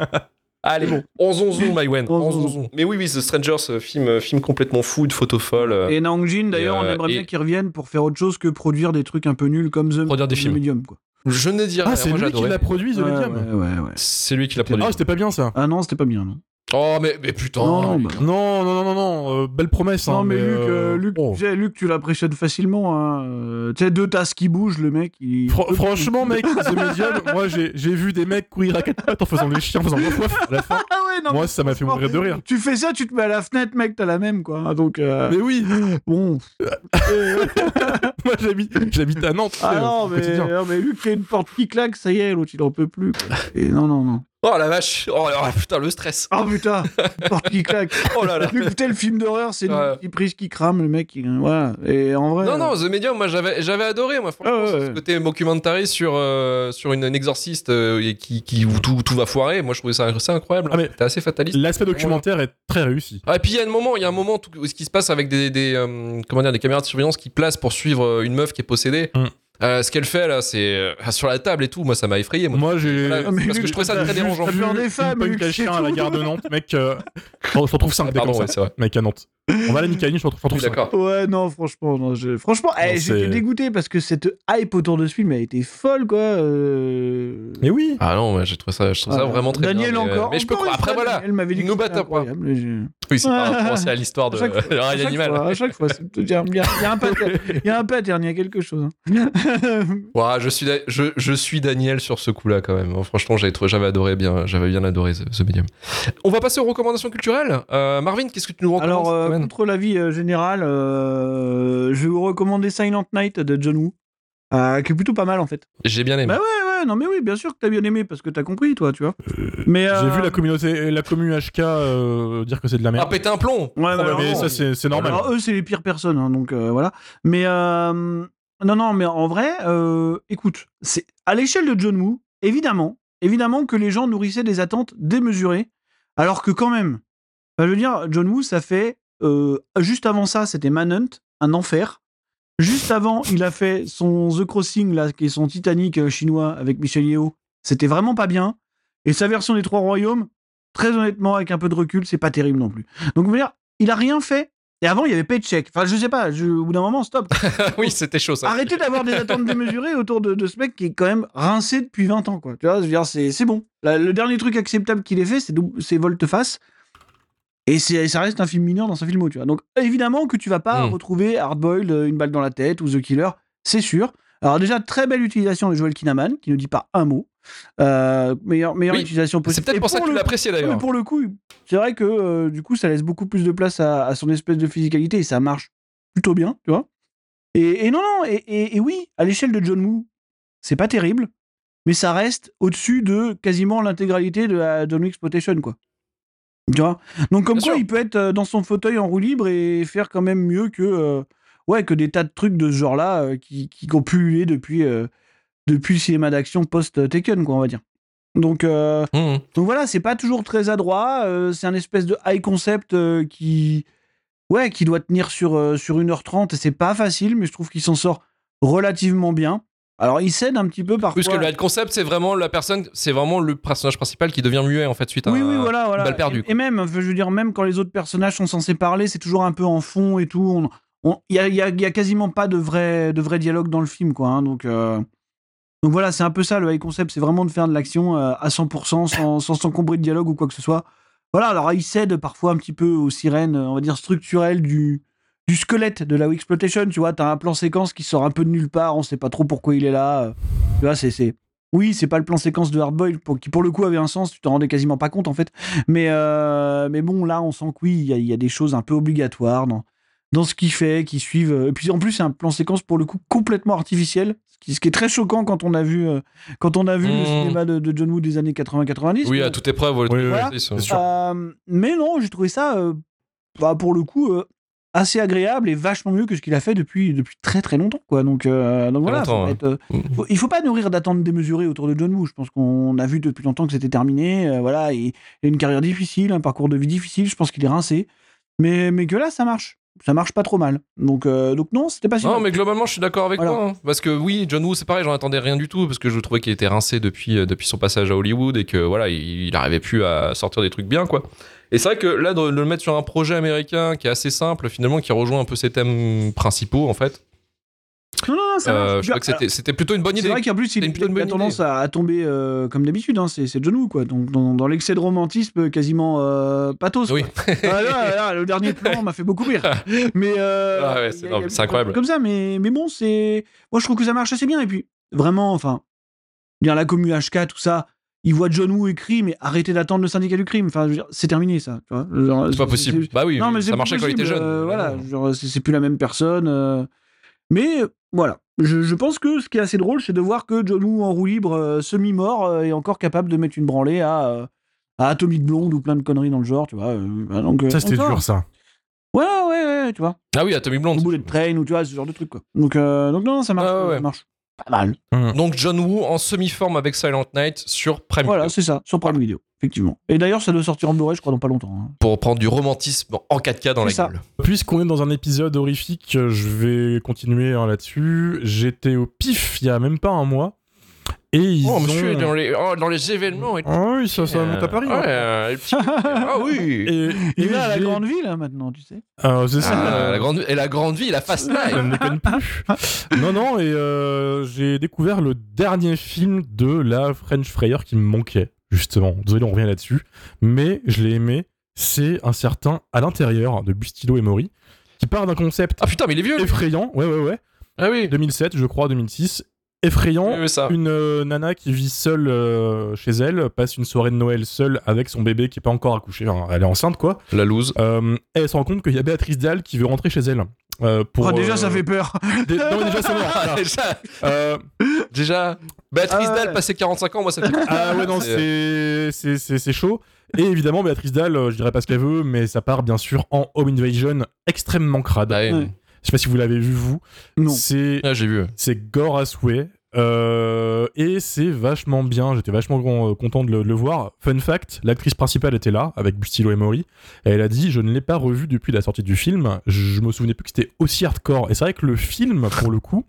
[SPEAKER 3] Allez, bon. 11 11 11 Mywen. 11
[SPEAKER 4] 11-11.
[SPEAKER 3] 11 Mais oui, oui, The Strangers, euh, film, euh, film complètement fou, de photo folle. euh.
[SPEAKER 4] Et Nang Jin, d'ailleurs,
[SPEAKER 3] Et, euh,
[SPEAKER 4] on aimerait
[SPEAKER 3] et-
[SPEAKER 4] bien qu'il revienne pour faire autre chose que produire des trucs un peu nuls comme The,
[SPEAKER 3] Produire des
[SPEAKER 4] The
[SPEAKER 3] films.
[SPEAKER 4] Medium. Quoi.
[SPEAKER 3] Je ne dirais
[SPEAKER 5] Ah, c'est
[SPEAKER 3] moi,
[SPEAKER 5] lui qui
[SPEAKER 3] j'adorais.
[SPEAKER 5] l'a produit, The
[SPEAKER 4] Ouais,
[SPEAKER 5] Medium.
[SPEAKER 4] ouais, ouais, ouais.
[SPEAKER 3] C'est lui qui l'a produit.
[SPEAKER 5] Ah, c'était pas bien ça.
[SPEAKER 4] Ah non, c'était pas bien, non.
[SPEAKER 3] Oh, mais, mais putain.
[SPEAKER 4] Non, non, bah.
[SPEAKER 5] Non, non, non, non, non, euh, belle promesse.
[SPEAKER 4] non,
[SPEAKER 5] hein,
[SPEAKER 4] mais, Luc,
[SPEAKER 5] euh,
[SPEAKER 4] euh, Luc,
[SPEAKER 5] oh.
[SPEAKER 4] tu sais, Luc, tu l'impressionnes facilement. Hein. Euh, Tu sais, deux tasses qui bougent, le mec. Il...
[SPEAKER 5] Fran- franchement, mec, The Medium, moi j'ai j'ai vu des mecs courir à quatre pattes en faisant les chiens, en faisant waf waf à la fin.
[SPEAKER 4] Ah ouais, non.
[SPEAKER 5] Moi, ça m'a fait mourir de rire.
[SPEAKER 4] Tu fais ça, tu te mets à la fenêtre, mec, t'as la même, quoi. Ah, Donc, euh,
[SPEAKER 5] Mais oui,
[SPEAKER 4] bon.
[SPEAKER 5] moi j'habite j'habite à Nantes.
[SPEAKER 4] Ah
[SPEAKER 5] euh,
[SPEAKER 4] non,
[SPEAKER 5] au
[SPEAKER 4] mais,
[SPEAKER 5] quotidien.
[SPEAKER 4] non, mais Luc, il y a une porte qui claque, ça y est, l'autre, il en peut plus. quoi. Et non, non, non.
[SPEAKER 3] Oh la vache. Oh là, putain, le stress.
[SPEAKER 4] Oh putain, une porte qui claque.
[SPEAKER 3] Oh là là.
[SPEAKER 4] Luc, putain, le film d'horreur, c'est
[SPEAKER 3] Ouais.
[SPEAKER 4] une petite prise qui crame, le mec. Il... Voilà. Et en vrai.
[SPEAKER 3] Non,
[SPEAKER 4] euh,
[SPEAKER 3] non, The Medium, moi j'avais j'avais adoré, moi, franchement,
[SPEAKER 4] Ah ouais,
[SPEAKER 3] ce
[SPEAKER 4] ouais.
[SPEAKER 3] côté mockumentary sur, euh, sur une, une exorciste euh, et qui, qui, où tout, tout va foirer. Moi je trouvais ça, ça incroyable. hein.
[SPEAKER 5] Ah, mais-
[SPEAKER 3] T'es assez fataliste.
[SPEAKER 5] L'aspect documentaire est très réussi.
[SPEAKER 3] Ah, et puis il y a un moment, il y a un moment tout- ce qui se passe avec des, des, euh, comment dire, des caméras de surveillance qui placent pour suivre euh, une meuf qui est possédée.
[SPEAKER 4] Mm.
[SPEAKER 5] Hum.
[SPEAKER 3] Euh, ce qu'elle fait là, c'est euh, sur la table et tout. Moi, ça m'a effrayé. Moi.
[SPEAKER 5] Moi j'ai.
[SPEAKER 3] Voilà,
[SPEAKER 4] Ah, mais
[SPEAKER 3] parce que
[SPEAKER 4] Luc,
[SPEAKER 3] je trouvais ça
[SPEAKER 4] t'as
[SPEAKER 3] très
[SPEAKER 4] vu-
[SPEAKER 3] dérangeant.
[SPEAKER 4] t'as vu- peur des femmes,
[SPEAKER 5] Une
[SPEAKER 4] Luc,
[SPEAKER 5] punk à
[SPEAKER 4] c'est
[SPEAKER 5] chien à la
[SPEAKER 4] tout.
[SPEAKER 5] gare de Nantes, mec. euh, Je je retrouve 5
[SPEAKER 3] Ah, Pardon,
[SPEAKER 5] comme
[SPEAKER 3] ouais,
[SPEAKER 5] ça,
[SPEAKER 3] c'est vrai.
[SPEAKER 5] mec, à Nantes. On va à la Nicaline, je retrouve
[SPEAKER 3] Je
[SPEAKER 5] 5.
[SPEAKER 3] suis d'accord.
[SPEAKER 4] Ouais, non, franchement, non, je- franchement, eh,
[SPEAKER 5] Non, c'est-
[SPEAKER 4] j'étais dégoûté parce que cette hype autour de ce film a été folle, quoi. euh.
[SPEAKER 5] Mais oui
[SPEAKER 3] Ah non, ouais, j'ai trouvé ça, je trouve ça
[SPEAKER 4] Voilà.
[SPEAKER 3] vraiment très
[SPEAKER 4] Daniel
[SPEAKER 3] bien. mais, euh,
[SPEAKER 4] encore.
[SPEAKER 3] Mais je peux
[SPEAKER 4] Encore
[SPEAKER 3] croire.
[SPEAKER 4] une
[SPEAKER 3] Après,
[SPEAKER 4] fois,
[SPEAKER 3] voilà.
[SPEAKER 4] Daniel m'avait dit
[SPEAKER 3] Nous
[SPEAKER 4] que c'était
[SPEAKER 3] battent après.
[SPEAKER 4] incroyable, je-
[SPEAKER 3] Oui, c'est pas
[SPEAKER 4] Ouais.
[SPEAKER 3] penser à l'histoire de
[SPEAKER 4] À chaque fois,
[SPEAKER 3] un
[SPEAKER 4] à chaque
[SPEAKER 3] animal.
[SPEAKER 4] fois, à chaque fois, c'est- il y a- il y, a- il y a un pattern, il y a un pattern, il y a quelque chose. hein.
[SPEAKER 3] Ouah, je suis, Da- je, je suis Daniel sur ce coup-là quand même. Franchement, j'avais trouvé- j'avais adoré bien, j'avais bien adoré ce, ce médium. On va passer aux recommandations culturelles. Euh, Marvin, qu'est-ce que tu nous recommandes
[SPEAKER 4] Alors, euh,
[SPEAKER 3] cette semaine
[SPEAKER 4] contre l'avis euh, général, euh, je vais vous recommander Silent Night de John Woo, euh, qui est plutôt pas mal en fait.
[SPEAKER 3] J'ai bien aimé.
[SPEAKER 4] Bah Ouais, ouais, non, mais oui, bien sûr que t'as bien aimé parce que t'as compris, toi, tu vois. Mais
[SPEAKER 5] J'ai
[SPEAKER 4] euh,
[SPEAKER 5] vu la communauté, la commu HK euh, dire que c'est de la
[SPEAKER 3] ah,
[SPEAKER 5] merde.
[SPEAKER 3] péter un plomb.
[SPEAKER 4] Ouais,
[SPEAKER 5] Ouais,
[SPEAKER 4] bah,
[SPEAKER 5] mais
[SPEAKER 4] alors,
[SPEAKER 5] ça, c'est c'est normal.
[SPEAKER 4] Alors, eux, c'est les pires personnes, hein, donc euh, voilà. Mais euh, non, non, mais en vrai, euh, écoute, c'est à l'échelle de John Woo, évidemment, évidemment que les gens nourrissaient des attentes démesurées, alors que quand même, enfin, je veux dire, John Woo, ça fait euh, juste avant ça, c'était Manhunt, un enfer. Juste avant, il a fait son The Crossing, là, qui est son Titanic euh, chinois avec Michel Yeo. C'était vraiment pas bien. Et sa version des Trois Royaumes, très honnêtement, avec un peu de recul, c'est pas terrible non plus. Donc, je veux dire, il a rien fait. Et avant, il y avait Paycheck. Enfin, je sais pas, je- au bout d'un moment, stop.
[SPEAKER 3] oui, c'était chaud ça.
[SPEAKER 4] Arrêtez d'avoir des attentes démesurées autour de, de ce mec qui est quand même rincé depuis 20 ans, quoi. Tu vois, je veux dire, c'est c'est bon. La- le dernier truc acceptable qu'il ait fait, c'est dou- c'est Volte-Face. Et c'est- ça reste un film mineur dans sa filmo, tu vois. Donc, évidemment que tu vas pas
[SPEAKER 3] Mm.
[SPEAKER 4] retrouver Hardboiled, euh, Une balle dans la tête ou The Killer, c'est sûr. Alors déjà, très belle utilisation de Joel Kinnaman, qui ne dit pas un mot. Euh, meilleure meilleure
[SPEAKER 3] Oui,
[SPEAKER 4] utilisation possible.
[SPEAKER 3] C'est peut-être
[SPEAKER 4] Et
[SPEAKER 3] pour ça que tu
[SPEAKER 4] le
[SPEAKER 3] l'appréciais
[SPEAKER 4] Ouais,
[SPEAKER 3] d'ailleurs.
[SPEAKER 4] mais pour le coup, c'est vrai que euh, du coup, ça laisse beaucoup plus de place à, à son espèce de physicalité et ça marche plutôt bien, tu vois. Et, et non, non, et, et- et oui, à l'échelle de John Woo, c'est pas terrible, mais ça reste au-dessus de quasiment l'intégralité de la John Wick Exploitation, quoi. Tu vois Donc, comme
[SPEAKER 3] Bien
[SPEAKER 4] quoi,
[SPEAKER 3] sûr.
[SPEAKER 4] il peut être euh, dans son fauteuil en roue libre et faire quand même mieux que, euh, ouais, que des tas de trucs de ce genre-là euh, qui, qui ont pullulé depuis, euh, depuis le cinéma d'action post-Taken, quoi, on va dire. Donc, euh,
[SPEAKER 5] Mmh.
[SPEAKER 3] Mhm.
[SPEAKER 4] donc voilà, c'est pas toujours très adroit. euh, c'est un espèce de high concept euh, qui, ouais, qui doit tenir sur, euh, sur 1h30. et C'est pas facile, mais je trouve qu'il s'en sort relativement bien. Alors il cède un petit peu parfois.
[SPEAKER 3] Puisque le concept, c'est vraiment la personne, c'est vraiment le personnage principal qui devient muet en fait suite à.
[SPEAKER 4] Oui, oui, voilà, voilà.
[SPEAKER 3] balle perdue,
[SPEAKER 4] Et, et même, je veux dire, même quand les autres personnages sont censés parler, c'est toujours un peu en fond et tout. Il on, n'y a, y a- y a quasiment pas de vrai, de vrai dialogue dans le film, quoi. hein, donc, euh, donc voilà, c'est un peu ça le high concept, c'est vraiment de faire de l'action euh, à 100% sans, sans s'encombrer de dialogue ou quoi que ce soit. Voilà, alors il cède parfois un petit peu aux sirènes, euh, on va dire, structurelles du, du squelette de la exploitation, tu vois. T'as un plan séquence qui sort un peu de nulle part, on sait pas trop pourquoi il est là. euh, tu vois, c'est- c'est Oui, c'est pas le plan séquence de Hardboiled pour, qui pour le coup avait un sens, tu t'en rendais quasiment pas compte en fait. Mais, euh, mais bon, là on sent que oui, il y, a- il y a des choses un peu obligatoires dans, dans ce qu'il fait, qui suivent. euh, Et puis en plus, c'est un plan séquence pour le coup complètement artificiel, ce qui, ce qui est très choquant quand on a vu, euh, quand on a vu le
[SPEAKER 3] Mm.
[SPEAKER 4] cinéma de, de John Woo des années 80-90.
[SPEAKER 3] Oui, à toute épreuve. voilà.
[SPEAKER 5] Oui, oui,
[SPEAKER 4] Voilà.
[SPEAKER 3] Oui, ça.
[SPEAKER 5] c'est sûr.
[SPEAKER 4] Euh, mais non, j'ai trouvé ça, euh, bah, pour le coup, euh, assez agréable et vachement mieux que ce qu'il a fait depuis, depuis très très longtemps. Quoi. Donc, euh, donc
[SPEAKER 3] Très
[SPEAKER 4] voilà, faut
[SPEAKER 3] longtemps,
[SPEAKER 4] pas
[SPEAKER 3] ouais. Mmh,
[SPEAKER 4] être, euh, faut- il faut pas nourrir d'attentes démesurées autour de John Woo. Je pense qu'on a vu depuis longtemps que c'était terminé. euh, voilà, il, il a une carrière difficile, un parcours de vie difficile. Je pense qu'il est rincé. Mais, mais que là, ça marche. Ça marche pas trop mal. Donc, euh, donc non, c'était pas si
[SPEAKER 3] Non,
[SPEAKER 4] mal.
[SPEAKER 3] mais globalement, je suis d'accord avec
[SPEAKER 4] Voilà.
[SPEAKER 3] toi. hein. Parce que oui, John Woo, c'est pareil, j'en attendais rien du tout. Parce que je trouvais qu'il était rincé depuis, euh, depuis son passage à Hollywood et que voilà, il, il arrivait plus à sortir des trucs bien, quoi. Et c'est vrai que là, de, de le mettre sur un projet américain qui est assez simple, finalement, qui rejoint un peu ses thèmes principaux, en fait,
[SPEAKER 4] Non, non, non, ça
[SPEAKER 3] euh,
[SPEAKER 4] marche.
[SPEAKER 3] je crois que c'était, c'était plutôt une bonne
[SPEAKER 4] C'est
[SPEAKER 3] idée.
[SPEAKER 4] vrai qu'en plus, il,
[SPEAKER 3] une plutôt
[SPEAKER 4] il
[SPEAKER 3] bonne
[SPEAKER 4] a
[SPEAKER 3] idée.
[SPEAKER 4] tendance à, à tomber euh, comme d'habitude. hein, c'est c'est John Woo, quoi. Donc, dans, dans l'excès de romantisme, quasiment euh, pathos.
[SPEAKER 3] Oui.
[SPEAKER 4] quoi. Ah, là, là, le dernier plan m'a fait beaucoup rire. Mais euh,
[SPEAKER 3] Ah ouais, c'est-
[SPEAKER 4] il y a-
[SPEAKER 3] non,
[SPEAKER 4] il
[SPEAKER 3] mais c'est
[SPEAKER 4] y a beaucoup de
[SPEAKER 3] incroyable.
[SPEAKER 4] trucs Comme ça, mais, mais bon, c'est. Moi, je trouve que ça marche assez bien. Et puis, vraiment, enfin, bien la commu HK, tout ça. Il voit John Woo écrit, mais arrêtez d'attendre le syndicat du crime. Enfin, je veux dire, c'est terminé, ça. tu vois. Genre,
[SPEAKER 3] C'est pas possible. Bah oui,
[SPEAKER 4] non, mais c'est
[SPEAKER 3] ça
[SPEAKER 4] plus
[SPEAKER 3] marchait quand il était
[SPEAKER 4] possible,
[SPEAKER 3] jeune.
[SPEAKER 4] euh, voilà, genre, c'est c'est plus la même personne. euh, Mais euh, voilà, je, je pense que ce qui est assez drôle, c'est de voir que John Woo en roue libre, euh, semi-mort, euh, est encore capable de mettre une branlée à, euh, à Atomic Blonde ou plein de conneries dans le genre, tu vois. euh, bah, donc, euh,
[SPEAKER 5] Ça, c'était
[SPEAKER 4] encore.
[SPEAKER 5] dur, ça.
[SPEAKER 4] Ouais, ouais, ouais, tu vois.
[SPEAKER 3] Ah oui, à Tommy Blonde.
[SPEAKER 4] Au Bullet Train ou tu vois, ce genre de truc, quoi. Donc, euh, donc non, non, ça marche,
[SPEAKER 3] Ah ouais, ouais.
[SPEAKER 4] ça marche pas mal.
[SPEAKER 3] Donc John Woo en semi-forme avec Silent Night sur Prime
[SPEAKER 4] Voilà,
[SPEAKER 3] Video.
[SPEAKER 4] c'est ça, sur Prime Video, effectivement. Et d'ailleurs, ça doit sortir en Blu-ray, je crois, dans pas longtemps. hein.
[SPEAKER 3] pour prendre du romantisme en 4K dans la
[SPEAKER 4] C'est ça.
[SPEAKER 3] gueule.
[SPEAKER 5] Puisqu'on est dans un épisode horrifique, euh, je vais continuer hein, là-dessus. J'étais au pif il y a même pas un mois. Et ils
[SPEAKER 3] Oh
[SPEAKER 5] ont...
[SPEAKER 3] monsieur, dans les, oh, dans les événements et
[SPEAKER 4] Hein,
[SPEAKER 3] tout.
[SPEAKER 5] Ah oui, ça, ça monte à Paris.
[SPEAKER 3] Ouais,
[SPEAKER 5] hein.
[SPEAKER 3] euh, le petit- Ah oui.
[SPEAKER 5] Et,
[SPEAKER 4] Il
[SPEAKER 5] et
[SPEAKER 4] est à la
[SPEAKER 5] j'ai-
[SPEAKER 4] grande ville, hein, maintenant, tu sais.
[SPEAKER 5] Ah, c'est ça.
[SPEAKER 3] Ah, la grande, et la grande vie, la fast
[SPEAKER 5] Ça
[SPEAKER 3] life.
[SPEAKER 5] ne déconne plus. non, non, et euh, j'ai découvert le dernier film de la French Fryer qui me manquait, justement. Désolé, on revient là-dessus. Mais je l'ai aimé. C'est un certain À l'intérieur de Bustillo et Mori, qui part d'un concept
[SPEAKER 3] Ah putain, mais il est vieux. lui.
[SPEAKER 5] effrayant. Ouais, ouais, ouais.
[SPEAKER 3] Ah oui.
[SPEAKER 5] 2007, je crois, 2006. Effrayant.
[SPEAKER 3] Oui, oui, ça.
[SPEAKER 5] Une euh, nana qui vit seule euh, chez elle, passe une soirée de Noël seule avec son bébé qui est pas encore accouché. Enfin, elle est enceinte, quoi.
[SPEAKER 3] La loose.
[SPEAKER 5] Euh, elle se rend compte qu'il y a Béatrice Dalle qui veut rentrer chez elle. euh, pour,
[SPEAKER 4] Oh, déjà,
[SPEAKER 5] euh,
[SPEAKER 4] ça fait peur.
[SPEAKER 5] dé- Non, mais déjà, c'est mort.
[SPEAKER 3] Ah,
[SPEAKER 5] Voilà.
[SPEAKER 3] déjà,
[SPEAKER 5] Euh,
[SPEAKER 3] déjà, Béatrice
[SPEAKER 4] Ah ouais.
[SPEAKER 3] Dalle passé 45 ans, moi ça me fait-
[SPEAKER 5] ah ouais, non, c'est c'est- c'est- c'est chaud. Et évidemment, Béatrice Dalle, euh, je dirais pas ce qu'elle veut, mais ça part bien sûr en Home Invasion extrêmement crade.
[SPEAKER 3] Bah, ouais.
[SPEAKER 4] Ouais.
[SPEAKER 5] Je sais pas si vous l'avez vu, vous.
[SPEAKER 4] Non.
[SPEAKER 5] C'est
[SPEAKER 3] Ah, j'ai vu.
[SPEAKER 5] c'est gore à souhait. Euh, et c'est vachement bien. J'étais vachement con- euh, content de le, de le voir. Fun fact, l'actrice principale était là avec Bustilo et Mori. Et elle a dit Je ne l'ai pas revu depuis la sortie du film. Je me souvenais plus que c'était aussi hardcore. Et c'est vrai que le film, pour le coup,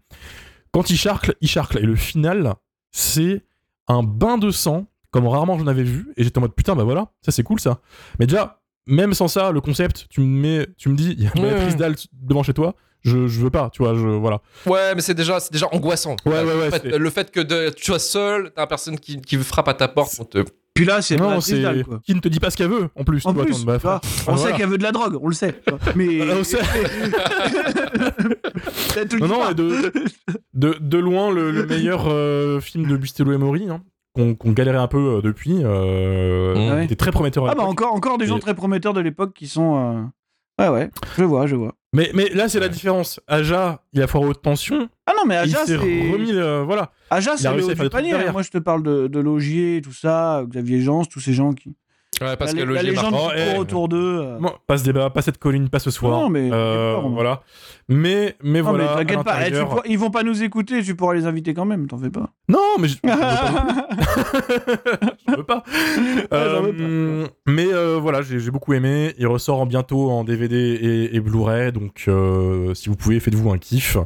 [SPEAKER 5] quand il charcle, il charcle. Et le final, c'est un bain de sang, comme rarement j'en avais vu. Et j'étais en mode Putain, bah voilà, ça c'est cool ça. Mais déjà, même sans ça, le concept, tu me mets, tu me dis Il y a une
[SPEAKER 3] Ouais,
[SPEAKER 5] actrice
[SPEAKER 3] ouais.
[SPEAKER 5] dalle devant chez toi. Je, je veux pas, tu vois, je, voilà.
[SPEAKER 3] Ouais, mais c'est déjà, c'est déjà angoissant.
[SPEAKER 5] Ouais, ouais, ouais,
[SPEAKER 3] En fait,
[SPEAKER 5] c'est-
[SPEAKER 3] le fait que de- tu sois seul, t'as une personne qui, qui frappe à ta porte. on te-
[SPEAKER 4] Puis là, c'est
[SPEAKER 5] Non,
[SPEAKER 4] pas
[SPEAKER 5] c'est
[SPEAKER 4] dalle, quoi.
[SPEAKER 5] qui ne te dit pas ce qu'elle veut en plus.
[SPEAKER 4] En
[SPEAKER 5] toi,
[SPEAKER 4] plus,
[SPEAKER 5] attends, bah,
[SPEAKER 4] tu vois, on
[SPEAKER 5] voilà.
[SPEAKER 4] sait qu'elle veut de la drogue, on le sait. tu vois. Mais
[SPEAKER 5] Euh, on sait.
[SPEAKER 4] T'as tout
[SPEAKER 5] Non,
[SPEAKER 4] dit
[SPEAKER 5] non,
[SPEAKER 4] pas.
[SPEAKER 5] et de, de, de loin le, le meilleur euh, film de Bustelo et Mori, hein, qu'on qu'on galérait un peu euh, depuis. Euh,
[SPEAKER 3] Ah
[SPEAKER 4] ouais.
[SPEAKER 5] était très prometteur. à
[SPEAKER 4] Ah bah
[SPEAKER 5] l'époque.
[SPEAKER 4] encore, encore des gens
[SPEAKER 5] Et-
[SPEAKER 4] très prometteurs de l'époque qui sont. euh, Ouais ouais, je vois, je vois.
[SPEAKER 5] mais, mais là, c'est la
[SPEAKER 3] Ouais.
[SPEAKER 5] différence. Aja, il a foiré haute tension.
[SPEAKER 4] Ah non mais Aja
[SPEAKER 5] il
[SPEAKER 4] c'est
[SPEAKER 5] s'est remis. euh, voilà.
[SPEAKER 4] Aja
[SPEAKER 5] Il
[SPEAKER 4] c'est
[SPEAKER 5] a
[SPEAKER 4] le
[SPEAKER 5] réussi à
[SPEAKER 4] haut
[SPEAKER 5] faire
[SPEAKER 4] du
[SPEAKER 5] des trucs
[SPEAKER 4] panier. hein.
[SPEAKER 5] derrière.
[SPEAKER 4] Moi je te parle de, de Logier, tout ça, Xavier Jean, tous ces gens qui.
[SPEAKER 3] Ouais, parce
[SPEAKER 4] la,
[SPEAKER 3] que le
[SPEAKER 4] la
[SPEAKER 3] G marche.
[SPEAKER 4] légende
[SPEAKER 5] marrant,
[SPEAKER 4] qui
[SPEAKER 5] eh.
[SPEAKER 4] court autour d'eux. euh.
[SPEAKER 5] Bon, pas ce débat, pas cette colline, pas ce soir.
[SPEAKER 4] Non, mais-
[SPEAKER 5] Euh,
[SPEAKER 4] j'ai peur, moi.
[SPEAKER 5] voilà. Mais, mais
[SPEAKER 4] Non, mais
[SPEAKER 5] voilà. à
[SPEAKER 4] t'inquiète pas, eh, tu
[SPEAKER 5] l'intérieur-
[SPEAKER 4] pourras- ils vont pas nous écouter, tu pourras les inviter quand même, t'en fais pas.
[SPEAKER 5] Non, mais je, je veux pas J'en veux pas.
[SPEAKER 4] j'en veux
[SPEAKER 5] Euh, mais euh, voilà, j'ai j'ai beaucoup aimé. Il ressort en- bientôt en DVD et, et Blu-ray, donc euh, si vous pouvez, faites-vous un kiff.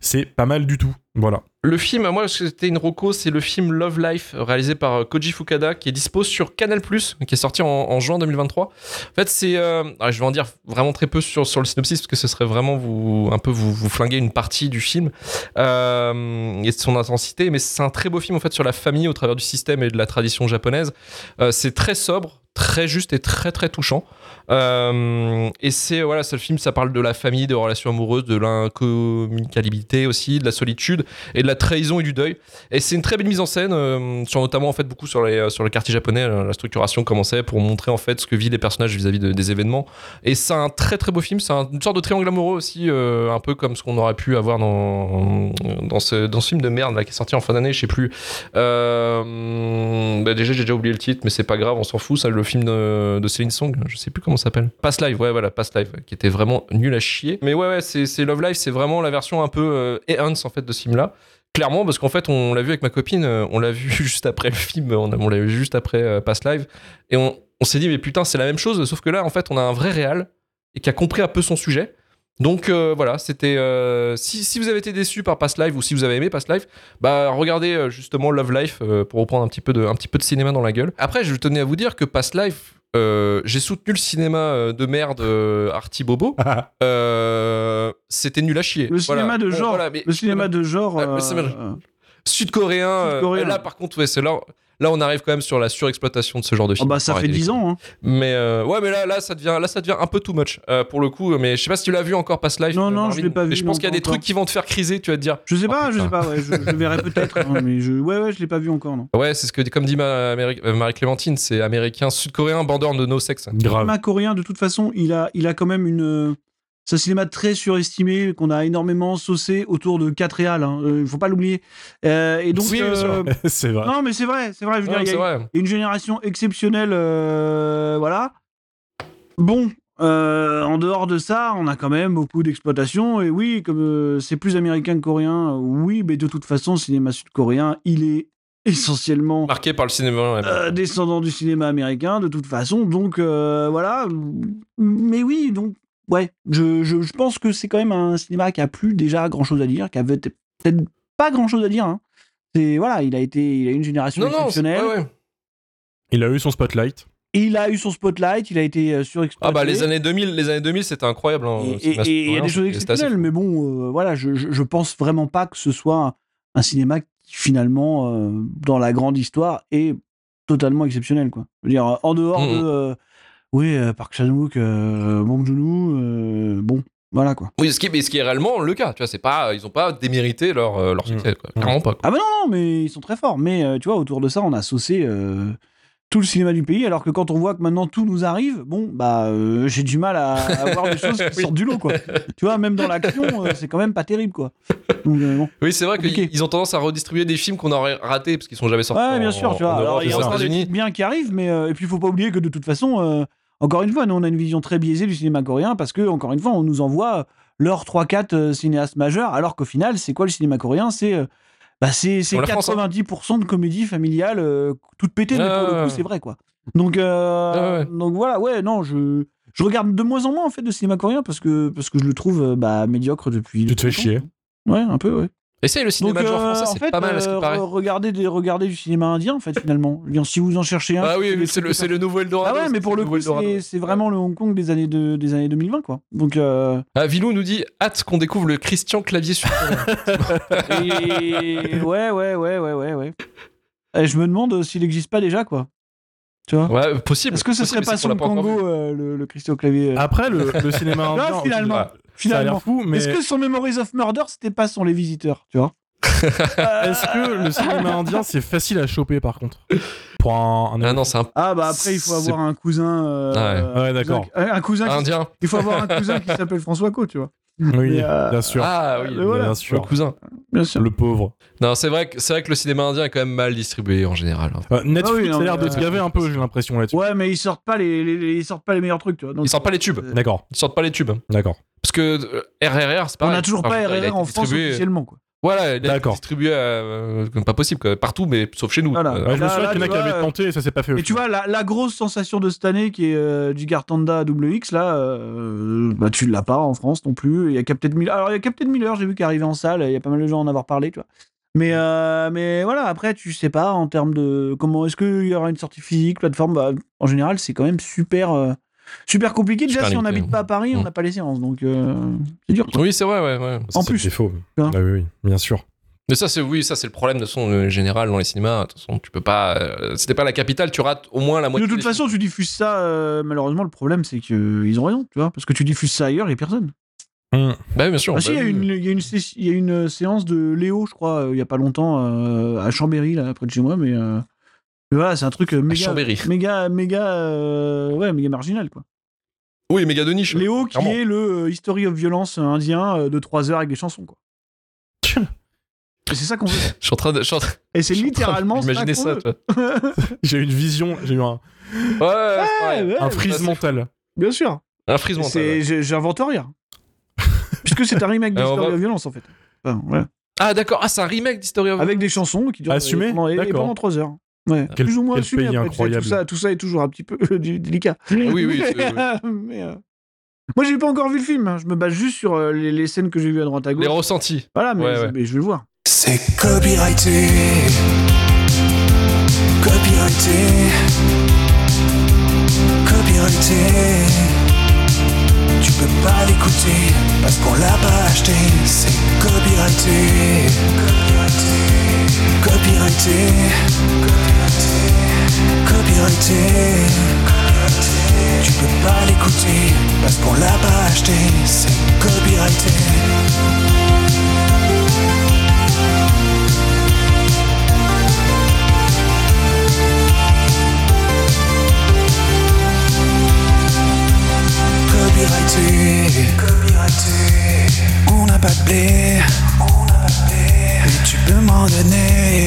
[SPEAKER 5] C'est pas mal du tout. Voilà.
[SPEAKER 3] Le film, à moi, c'était une roco, c'est le film Love Life, réalisé par euh, Koji Fukada, qui est dispo sur Canal+, qui est sorti en, en juin 2023. En fait, c'est... euh, ah, je vais en dire vraiment très peu sur, sur le synopsis, parce que ce serait vraiment vous, un peu vous, vous flinguer une partie du film euh, et de son intensité, mais c'est un très beau film, en fait, sur la famille au travers du système et de la tradition japonaise. Euh, c'est très sobre, très juste et très très touchant. Euh, et c'est voilà, ce film, ça parle de la famille, des relations amoureuses, de l'incommunicabilité aussi, de la solitude et de la trahison et du deuil. Et c'est une très belle mise en scène, euh, sur notamment en fait beaucoup sur les sur le quartier japonais, euh, la structuration commençait pour montrer en fait ce que vivent les personnages vis-à-vis de- des événements. Et c'est un très très beau film, c'est un- une sorte de triangle amoureux aussi, euh, un peu comme ce qu'on aurait pu avoir dans dans ce dans ce film de merde là qui est sorti en fin d'année, je sais plus. Euh, bah déjà, j'ai déjà oublié le titre, mais c'est pas grave, on s'en fout. Ça, le film de, de Céline Song, je sais plus comment ça s'appelle. Past Life, ouais, voilà, Past Life, ouais, qui était vraiment nul à chier. Mais ouais, ouais, c'est c'est Love Life, c'est vraiment la version un peu euh, Enhanced, en fait de ce film-là. Clairement, parce qu'en fait, on l'a vu avec ma copine, euh, on l'a vu juste après le film, on, a- on l'a vu juste après euh, Past Life, et on, on s'est dit, mais putain, c'est la même chose, sauf que là, en fait, on a un vrai réal et qui a compris un peu son sujet. Donc euh, voilà, c'était. euh, si, si vous avez été déçu par Past Life ou si vous avez aimé Past Life, bah regardez euh, justement Love Life euh, pour reprendre un petit peu de un petit peu de cinéma dans la gueule. Après, je tenais à vous dire que Past Life euh, j'ai soutenu le cinéma euh, de merde euh, Arty Bobo. Euh, c'était nul à chier.
[SPEAKER 4] Le
[SPEAKER 3] Voilà.
[SPEAKER 4] cinéma de
[SPEAKER 3] Bon,
[SPEAKER 4] genre.
[SPEAKER 3] voilà, mais-
[SPEAKER 4] Le cinéma de genre.
[SPEAKER 3] Ah, mais
[SPEAKER 4] euh,
[SPEAKER 3] c'est mal.
[SPEAKER 4] euh,
[SPEAKER 3] Sud-coréen. euh,
[SPEAKER 4] Sud-coréen.
[SPEAKER 3] là, par contre, ouais, c'est là. Là, on arrive quand même sur la surexploitation de ce genre de
[SPEAKER 4] ah
[SPEAKER 3] film.
[SPEAKER 4] bah ça fait
[SPEAKER 3] Arrêtez les
[SPEAKER 4] 10 ans. hein.
[SPEAKER 3] Mais euh, ouais, mais là, là, ça devient, là, ça devient un peu too much euh, pour le coup. Mais je sais pas si tu l'as vu encore Past Life.
[SPEAKER 4] Non,
[SPEAKER 3] euh,
[SPEAKER 4] non,
[SPEAKER 3] Marvin.
[SPEAKER 4] je l'ai pas
[SPEAKER 3] Mais
[SPEAKER 4] vu,
[SPEAKER 3] Je pense
[SPEAKER 4] non,
[SPEAKER 3] qu'il y a
[SPEAKER 4] pas
[SPEAKER 3] des
[SPEAKER 4] encore.
[SPEAKER 3] trucs qui vont te faire criser. Tu vas te dire.
[SPEAKER 4] Je sais
[SPEAKER 3] Oh,
[SPEAKER 4] pas, je sais
[SPEAKER 3] putain.
[SPEAKER 4] pas, ouais, je, je verrai peut-être, hein, mais je, ouais, ouais, je l'ai pas vu encore, non.
[SPEAKER 3] Ouais, c'est ce que dit- comme dit ma- Améri- euh, Marie-Clémentine, c'est américain, sud-coréen, bandeur de no sex.
[SPEAKER 5] Grave.
[SPEAKER 4] cinéma coréen, de toute façon, il a, il a quand même une. euh, C'est un cinéma très surestimé, qu'on a énormément saucé autour de 4 réals. hein. Il faut pas l'oublier. Euh, et donc.
[SPEAKER 3] Oui, bien sûr.
[SPEAKER 5] c'est vrai.
[SPEAKER 4] non, mais c'est vrai, c'est vrai. Je veux
[SPEAKER 3] Ouais,
[SPEAKER 4] dire, il y
[SPEAKER 3] c'est
[SPEAKER 4] a eu
[SPEAKER 3] vrai.
[SPEAKER 4] une génération exceptionnelle. euh, voilà. Bon. euh, en dehors de ça, on a quand même beaucoup d'exploitation. Et oui, comme euh, c'est plus américain que coréen, euh, oui, mais de toute façon, le cinéma sud-coréen, il est essentiellement
[SPEAKER 3] Marqué par le cinéma. ouais.
[SPEAKER 4] euh, descendant du cinéma américain, de toute façon. Donc euh, voilà. Mais oui, donc ouais, je, je, je pense que c'est quand même un cinéma qui a plus déjà grand chose à dire, qui avait peut-être pas grand chose à dire. hein. C'est voilà, il a été, il a eu une génération
[SPEAKER 3] non, non, c'est-
[SPEAKER 4] exceptionnelle.
[SPEAKER 3] ouais, ouais.
[SPEAKER 5] Il a eu son spotlight.
[SPEAKER 4] Il a eu son spotlight, il a été euh, surexploité.
[SPEAKER 3] Ah bah les années 2000, les années 2000 c'était incroyable. hein,
[SPEAKER 4] Et-
[SPEAKER 3] le
[SPEAKER 4] Et
[SPEAKER 3] cinéma
[SPEAKER 4] et il y a
[SPEAKER 3] sud-coréen,
[SPEAKER 4] des choses
[SPEAKER 3] c'était assez
[SPEAKER 4] exceptionnelles, mais bon, euh, voilà, je, je, je pense vraiment pas que ce soit un, un cinéma qui finalement, euh, dans la grande histoire, est totalement exceptionnel, quoi. Je veux dire, euh, en dehors
[SPEAKER 3] Mhm.
[SPEAKER 4] de, euh, oui, euh, Park Chan-wook, euh, Bong Joon-ho, euh, bon, voilà quoi.
[SPEAKER 3] Oui, ce qui, mais ce qui est réellement le cas, tu vois, c'est pas, ils ont pas démérité leur, euh, leur
[SPEAKER 5] Mm.
[SPEAKER 3] succès, quoi.
[SPEAKER 5] Mm.
[SPEAKER 3] Clairement pas. quoi.
[SPEAKER 4] Ah bah non, non, mais ils sont très forts. Mais euh, tu vois, autour de ça, on a saucé euh, tout le cinéma du pays, alors que quand on voit que maintenant tout nous arrive, bon, bah euh, j'ai du mal à, à voir des choses qui sortent du lot, quoi. Tu vois, même dans l'action, euh, c'est quand même pas terrible, quoi. Donc, euh, bon.
[SPEAKER 3] Oui, c'est vrai
[SPEAKER 4] Compliqué.
[SPEAKER 3] qu'ils ils ont tendance à redistribuer des films qu'on aurait ratés parce qu'ils sont jamais sortis.
[SPEAKER 4] Ouais, bien
[SPEAKER 3] en-
[SPEAKER 4] sûr, tu
[SPEAKER 3] en
[SPEAKER 4] vois.
[SPEAKER 3] Europe
[SPEAKER 4] Alors, il y
[SPEAKER 3] et
[SPEAKER 4] a
[SPEAKER 3] aux
[SPEAKER 4] encore des
[SPEAKER 3] États-Unis.
[SPEAKER 4] trucs bien qui arrivent, mais euh, et puis il faut pas oublier que de toute façon, euh, encore une fois, nous on a une vision très biaisée du cinéma coréen parce que encore une fois, on nous envoie euh, leurs 3-4 euh, cinéastes majeurs, alors qu'au final, c'est quoi le cinéma coréen C'est euh, bah, c'est c'est
[SPEAKER 3] Comme la France, hein.
[SPEAKER 4] 90% de comédie familiale euh, toute pétée, mais pour
[SPEAKER 3] Ouais,
[SPEAKER 4] le
[SPEAKER 3] ouais.
[SPEAKER 4] coup, c'est vrai quoi. Donc, euh,
[SPEAKER 3] Ouais, ouais.
[SPEAKER 4] donc voilà, ouais, non, je, je regarde de moins en moins en fait de cinéma coréen parce que, parce que je le trouve euh, bah, médiocre depuis.
[SPEAKER 5] Tu te fais
[SPEAKER 4] longtemps.
[SPEAKER 5] chier.
[SPEAKER 4] Ouais, un peu, ouais.
[SPEAKER 3] Essaye le cinéma de genre
[SPEAKER 4] euh,
[SPEAKER 3] français,
[SPEAKER 4] en
[SPEAKER 3] c'est
[SPEAKER 4] fait,
[SPEAKER 3] pas mal à ce
[SPEAKER 4] euh,
[SPEAKER 3] qui paraît.
[SPEAKER 4] re- regardez, des- regardez du cinéma indien, en fait, finalement. Je veux dire, Si vous en cherchez un.
[SPEAKER 3] Ah
[SPEAKER 4] c'est
[SPEAKER 3] oui,
[SPEAKER 4] des
[SPEAKER 3] c'est le,
[SPEAKER 4] trucs
[SPEAKER 3] c'est
[SPEAKER 4] comme
[SPEAKER 3] le nouveau
[SPEAKER 4] ça.
[SPEAKER 3] Eldorado.
[SPEAKER 4] Ah ouais, mais
[SPEAKER 3] c'est
[SPEAKER 4] pour le coup,
[SPEAKER 3] nouveau
[SPEAKER 4] c'est
[SPEAKER 3] Eldorado.
[SPEAKER 4] c'est vraiment le Hong Kong des années, de, des années 2020, quoi. Donc, euh,
[SPEAKER 3] Ah, Vilou nous dit hâte qu'on découvre le Christian Clavier sur.
[SPEAKER 4] et- ouais, ouais, ouais, ouais, ouais, ouais. Et je me demande euh, s'il n'existe pas déjà, quoi. Tu vois
[SPEAKER 3] ouais, possible.
[SPEAKER 4] Est-ce que ce
[SPEAKER 3] possible,
[SPEAKER 4] serait pas
[SPEAKER 3] c'est qu'on l'a
[SPEAKER 4] son
[SPEAKER 3] pas encore vu.
[SPEAKER 4] Congo, euh, le, le Christo Clavier euh,
[SPEAKER 5] Après, le, le cinéma
[SPEAKER 4] Là,
[SPEAKER 5] indien,
[SPEAKER 4] finalement,
[SPEAKER 5] ça a Ah, l'air
[SPEAKER 4] Finalement.
[SPEAKER 5] fou, mais
[SPEAKER 4] Est-ce que son Memories of Murder, c'était pas son Les Visiteurs, tu vois Euh,
[SPEAKER 5] est-ce que le cinéma indien, c'est facile à choper par contre Pour un, un-
[SPEAKER 3] Ah non, c'est un
[SPEAKER 4] Ah, bah après, il faut
[SPEAKER 3] C'est-
[SPEAKER 4] avoir un cousin. euh,
[SPEAKER 3] Ouais.
[SPEAKER 5] Ouais, d'accord.
[SPEAKER 4] Un un cousin. qui-
[SPEAKER 3] indien.
[SPEAKER 4] Il faut avoir un cousin qui s'appelle François Co, tu vois.
[SPEAKER 5] Oui,
[SPEAKER 4] Mais, euh,
[SPEAKER 5] bien sûr.
[SPEAKER 3] Ah oui,
[SPEAKER 4] Mais voilà.
[SPEAKER 5] Bien
[SPEAKER 3] le
[SPEAKER 5] sûr.
[SPEAKER 3] cousin.
[SPEAKER 4] Bien sûr.
[SPEAKER 5] Le pauvre.
[SPEAKER 3] Non, c'est vrai, que- c'est vrai que le cinéma indien est quand même mal distribué en général. hein.
[SPEAKER 5] Euh, Netflix
[SPEAKER 4] Ah oui, non,
[SPEAKER 5] a l'air
[SPEAKER 4] mais,
[SPEAKER 5] de se
[SPEAKER 4] euh,
[SPEAKER 5] gaver un peu, j'ai l'impression là-dessus.
[SPEAKER 4] Ouais, mais ils sortent pas les, les- les- ils sortent pas les meilleurs trucs, tu vois. Donc,
[SPEAKER 3] Ils sortent pas les tubes.
[SPEAKER 4] euh,
[SPEAKER 5] D'accord,
[SPEAKER 3] Ils sortent pas les tubes. hein.
[SPEAKER 5] d'accord.
[SPEAKER 3] Parce que euh, RRR, c'est
[SPEAKER 4] on
[SPEAKER 3] pareil.
[SPEAKER 4] a toujours
[SPEAKER 3] Enfin, Ah, je
[SPEAKER 4] pas
[SPEAKER 3] veux dire, il a
[SPEAKER 4] RRR en
[SPEAKER 3] été
[SPEAKER 4] France
[SPEAKER 3] distribué-
[SPEAKER 4] officiellement, quoi.
[SPEAKER 3] Voilà, il a été
[SPEAKER 5] D'accord.
[SPEAKER 3] distribué euh, comme pas possible, quoi. partout, mais sauf chez nous.
[SPEAKER 4] Voilà.
[SPEAKER 3] Euh,
[SPEAKER 5] Ouais, je me
[SPEAKER 4] là,
[SPEAKER 5] souviens
[SPEAKER 4] là,
[SPEAKER 5] qu'il y en a
[SPEAKER 4] tu
[SPEAKER 5] qui
[SPEAKER 4] vois,
[SPEAKER 5] avaient
[SPEAKER 4] euh,
[SPEAKER 5] tenté et ça s'est pas fait. au
[SPEAKER 4] Et tu
[SPEAKER 5] final.
[SPEAKER 4] vois, la, la grosse sensation de cette année qui est euh, Gigartanda WX, là, euh, bah, tu l'as pas en France non plus. Il y a Captain Miller. Alors, il y a Captain Miller, j'ai vu qu'il arrivait en salle. Il y a pas mal de gens à en avoir parlé, tu vois. Mais, euh, mais voilà, après, tu sais pas en termes de comment est-ce qu'il y aura une sortie physique, plateforme. bah, en général, c'est quand même super, euh, super compliqué. Déjà,
[SPEAKER 3] Super
[SPEAKER 4] si on
[SPEAKER 3] limité,
[SPEAKER 4] n'habite pas à Paris, on
[SPEAKER 3] Mm.
[SPEAKER 4] n'a pas les séances. Donc, euh, c'est dur.
[SPEAKER 3] Oui, c'est vrai, ouais, ouais.
[SPEAKER 5] Ça,
[SPEAKER 4] en
[SPEAKER 5] c'est
[SPEAKER 4] plus.
[SPEAKER 5] le défaut.
[SPEAKER 4] Hein.
[SPEAKER 5] Ah oui, oui, bien sûr.
[SPEAKER 3] Mais ça, c'est oui, ça c'est le problème de son euh, général dans les cinémas. De toute façon, tu peux pas. euh, si t'es pas la capitale, tu rates au moins la
[SPEAKER 4] De
[SPEAKER 3] moitié.
[SPEAKER 4] toute
[SPEAKER 3] des
[SPEAKER 4] façon, tu diffuses ça, euh, malheureusement, le problème, c'est qu'ils ont raison, tu vois, parce que tu diffuses ça ailleurs, il n'y a personne.
[SPEAKER 5] Hum.
[SPEAKER 3] films. Bah oui, bien sûr.
[SPEAKER 4] Ah si, il
[SPEAKER 3] bah
[SPEAKER 4] y a
[SPEAKER 3] oui.
[SPEAKER 4] une, il y a une sé- il y a une, euh, séance de Léo, je crois, euh, il y a pas longtemps, euh, à Chambéry, là, près de chez moi, mais, euh, mais voilà, c'est un truc euh, méga,
[SPEAKER 3] Chambéry.
[SPEAKER 4] méga, méga, euh, ouais, méga marginal, quoi.
[SPEAKER 3] Oui, méga de niche.
[SPEAKER 4] Léo, qui
[SPEAKER 3] clairement.
[SPEAKER 4] est le euh, History of Violence indien euh, de 3 heures avec des chansons, quoi. Et c'est ça qu'on veut.
[SPEAKER 3] Je suis en train de. je suis en train-
[SPEAKER 4] Et c'est
[SPEAKER 3] je suis en train
[SPEAKER 4] littéralement ça
[SPEAKER 3] d'imaginer
[SPEAKER 4] qu'on
[SPEAKER 3] ça.
[SPEAKER 4] veut.
[SPEAKER 3] toi.
[SPEAKER 5] J'ai eu une vision, j'ai eu un,
[SPEAKER 3] Ouais, ouais, ouais,
[SPEAKER 4] Ouais,
[SPEAKER 3] pareil.
[SPEAKER 4] ouais,
[SPEAKER 5] un freeze
[SPEAKER 3] c'est-
[SPEAKER 5] mental.
[SPEAKER 4] Bien sûr.
[SPEAKER 3] Un frisement.
[SPEAKER 4] C'est- j'ai- J'invente rien. Puisque c'est un remake de
[SPEAKER 3] Alors, on
[SPEAKER 4] History
[SPEAKER 3] va-
[SPEAKER 4] of Violence, en fait. Enfin, voilà.
[SPEAKER 3] Ah d'accord. Ah, c'est un remake d'History of.
[SPEAKER 4] avec des chansons qui durent
[SPEAKER 5] Assumé
[SPEAKER 4] et pendant, et- et
[SPEAKER 5] D'accord.
[SPEAKER 4] pendant 3 heures. Ouais.
[SPEAKER 5] Quel-
[SPEAKER 4] Plus ou moins
[SPEAKER 5] quel
[SPEAKER 4] assumé.
[SPEAKER 5] pays
[SPEAKER 4] après, tu sais,
[SPEAKER 5] incroyable.
[SPEAKER 4] Tout ça, tout ça est toujours un petit peu euh, dé- délicat.
[SPEAKER 3] Ah oui, oui,
[SPEAKER 4] Mais,
[SPEAKER 3] c'est-
[SPEAKER 4] mais, euh, Moi, j'ai pas encore vu le film. hein. Je me base juste sur euh, les, les scènes que j'ai vues à droite à gauche.
[SPEAKER 3] Les ressentis.
[SPEAKER 4] Voilà, mais,
[SPEAKER 3] Ouais, ouais.
[SPEAKER 4] mais je vais le voir.
[SPEAKER 2] C'est copyrighté. Copyrighté. Copyrighté. Tu peux pas l'écouter parce qu'on l'a pas acheté. C'est copyrighté. Copyrighté. Copyrighté. Copyrighté. Copyrighté. Tu peux pas l'écouter parce qu'on l'a pas acheté. C'est copyrighté. Copyrighté, copyrighté. On n'a pas de blé, on n'a pas de blé. Et tu peux m'en donner,